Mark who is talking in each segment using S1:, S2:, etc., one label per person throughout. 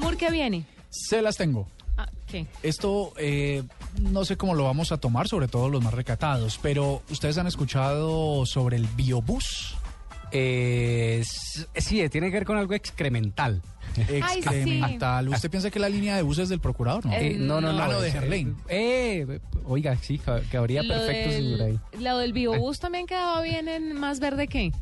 S1: ¿Por qué viene?
S2: Se las tengo.
S1: Ah, ¿Qué?
S2: Esto eh, no sé cómo lo vamos a tomar, sobre todo los más recatados, pero ¿ustedes han escuchado sobre el biobús?
S3: Eh, s- sí, tiene que ver con algo excremental.
S1: Ay, sí.
S2: Excremental. ¿Usted piensa que la línea de bus es del procurador? No.
S1: Eh,
S3: Eh, no, no,
S1: no.
S3: no.
S2: Ah, lo de
S3: es-
S2: Gerlain.
S3: Eh, oiga, sí, ca- cabría
S1: Lo
S3: perfecto
S1: del-
S3: señor ahí.
S1: Lo del biobús también quedaba bien en más verde que.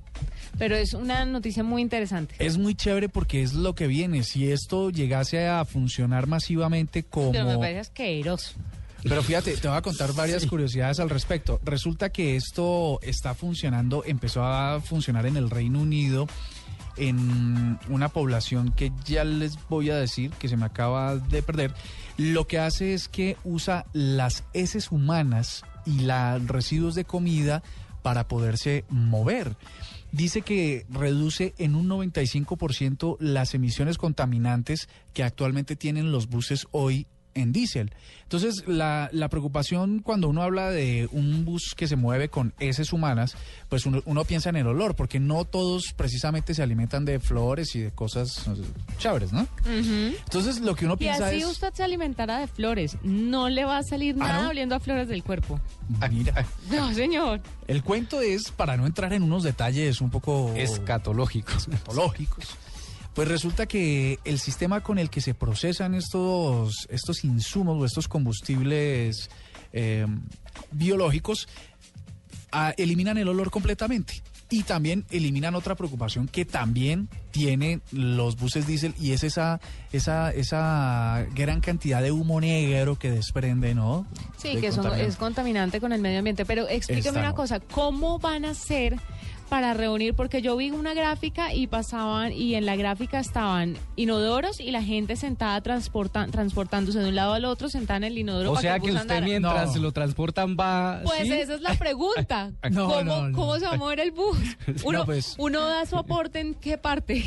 S1: Pero es una noticia muy interesante.
S2: Es muy chévere porque es lo que viene. Si esto llegase a funcionar masivamente como...
S1: Pero me parece asqueroso.
S2: Pero fíjate, te voy a contar varias curiosidades al respecto. Resulta que esto está funcionando, empezó a funcionar en el Reino Unido en una población que ya les voy a decir que se me acaba de perder. Lo que hace es que usa las heces humanas y los residuos de comida para poderse mover. Dice que reduce en un 95% las emisiones contaminantes que actualmente tienen los buses hoy en diésel. Entonces, la, la preocupación cuando uno habla de un bus que se mueve con heces humanas, pues uno, uno piensa en el olor, porque no todos precisamente se alimentan de flores y de cosas no sé, chéveres, ¿no?
S1: Ujú.
S2: Entonces, lo que uno
S1: Y
S2: piensa
S1: así
S2: es...
S1: usted se alimentara de flores. No le va a salir
S2: ¿Ah,
S1: nada
S2: no?
S1: oliendo a flores del cuerpo.
S2: Ah, Mira,
S1: No, señor.
S2: el cuento es, para no entrar en unos detalles un poco...
S3: Escatológico.
S2: patológicos. Pues resulta que el sistema con el que se procesan estos, estos insumos o estos combustibles eh, biológicos ah, eliminan el olor completamente. Y también eliminan otra preocupación que también tienen los buses diésel y es esa, esa, esa gran cantidad de humo negro que desprende, ¿no?
S1: Sí,
S2: De
S1: que eso
S2: contaminante.
S1: es contaminante con el medio ambiente. Pero explíqueme
S2: Está
S1: una
S2: no.
S1: cosa, ¿cómo van a hacer para reunir? Porque yo vi una gráfica y pasaban, y en la gráfica estaban inodoros y la gente sentada transporta- transportándose de un lado al otro, sentada en el inodoro.
S3: O
S1: para
S3: sea
S1: el
S3: que
S1: bus
S3: usted
S1: andara.
S3: mientras
S2: No.
S3: lo transportan va...
S1: Pues
S3: ¿sí?
S1: esa es la pregunta.
S2: No,
S1: ¿Cómo,
S2: no, no.
S1: cómo se va a mover el bus? Uno,
S2: No, pues.
S1: uno da su aporte en qué parte.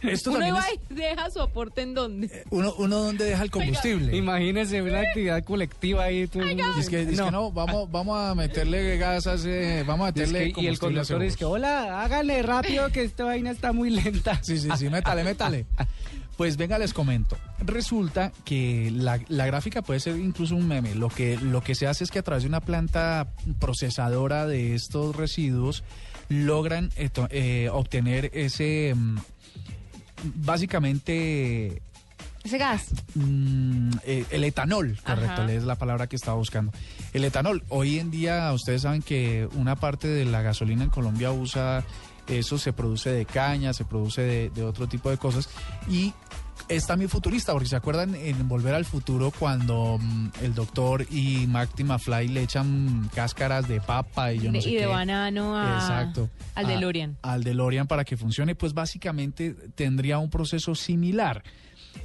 S2: Esto
S1: uno
S2: también
S1: va
S2: es-
S1: y deja su aporte en dónde.
S2: uno, uno donde deja el combustible.
S3: Imagínese una actividad colectiva ahí. todo el mundo-
S2: Dice que, dice que no, vamos, vamos a meterle gas, a ese- vamos a
S3: Dice
S2: meterle
S3: que- y el
S2: combustible a ese
S3: conductor dice
S2: bus.
S3: que, hola, hágale rápido que esta vaina está muy lenta.
S2: Sí, sí, sí, métale, métale. Pues venga, les comento. Resulta que la, la gráfica puede ser incluso un meme. Lo que, lo que se hace es que a través de una planta procesadora de estos residuos logran eh, to- eh, obtener ese... mm, básicamente
S1: Ese gas.
S2: Mm, eh, el etanol, correcto,
S1: Ajá.
S2: es la palabra que estaba buscando. El etanol, hoy en día ustedes saben que una parte de la gasolina en Colombia usa, eso se produce de caña, se produce de, de otro tipo de cosas y es también futurista, porque se acuerdan en Volver al Futuro cuando mm, el doctor y Marty McFly le echan cáscaras de papa y yo no sé
S1: y
S2: qué.
S1: de banano a,
S2: Exacto.
S1: al
S2: A-
S1: DeLorean.
S2: Al DeLorean para que funcione, pues básicamente tendría un proceso similar.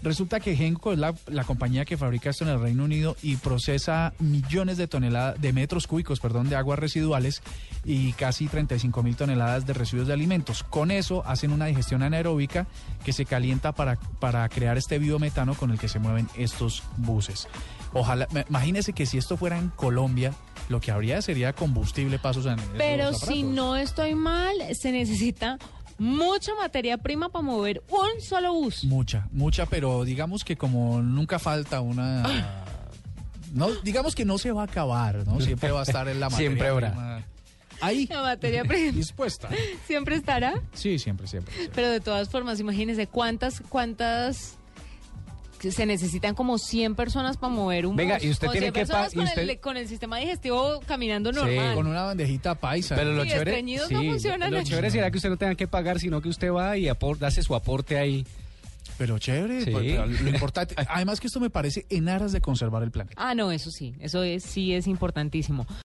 S2: Resulta que Genco es la, la compañía que fabrica esto en el Reino Unido y procesa millones de toneladas, de metros cúbicos, perdón, de aguas residuales y casi 35 mil toneladas de residuos de alimentos. Con eso hacen una digestión anaeróbica que se calienta para, para crear este biometano con el que se mueven estos buses. Ojalá, ma- imagínense que si esto fuera en Colombia, lo que habría sería combustible pasos en esos
S1: Pero si
S2: aparatos.
S1: no estoy mal, se necesita mucha materia prima para mover un solo bus.
S2: Mucha, mucha, pero digamos que como nunca falta una... No, digamos que no se va a acabar, ¿no? Siempre va a estar en la materia
S3: Siempre habrá.
S2: prima Ahí,
S1: La materia prima
S2: dispuesta.
S1: siempre estará.
S2: Sí, siempre, siempre. siempre.
S1: Pero de todas formas, imagínense cuántas, cuántas que se necesitan como 100 personas para mover un
S3: Venga,
S1: bus.
S3: y usted
S1: Como
S3: tiene
S1: 100
S3: que pa-
S1: personas
S3: y
S1: con, el,
S3: usted-
S1: con el sistema digestivo caminando
S3: Sí,
S1: normal.
S2: Con una bandejita paisa.
S3: Pero lo
S1: Sí,
S3: chévere,
S1: estreñidos no funcionan
S3: lo
S1: aquí.
S3: chévere será que usted no tenga que pagar, sino que usted va y aporta, hace su aporte ahí.
S2: Pero chévere,
S3: Sí.
S2: pues, pero lo importante. Además que esto me parece en aras de conservar el planeta.
S1: Ah, no, eso sí, eso es, sí es importantísimo.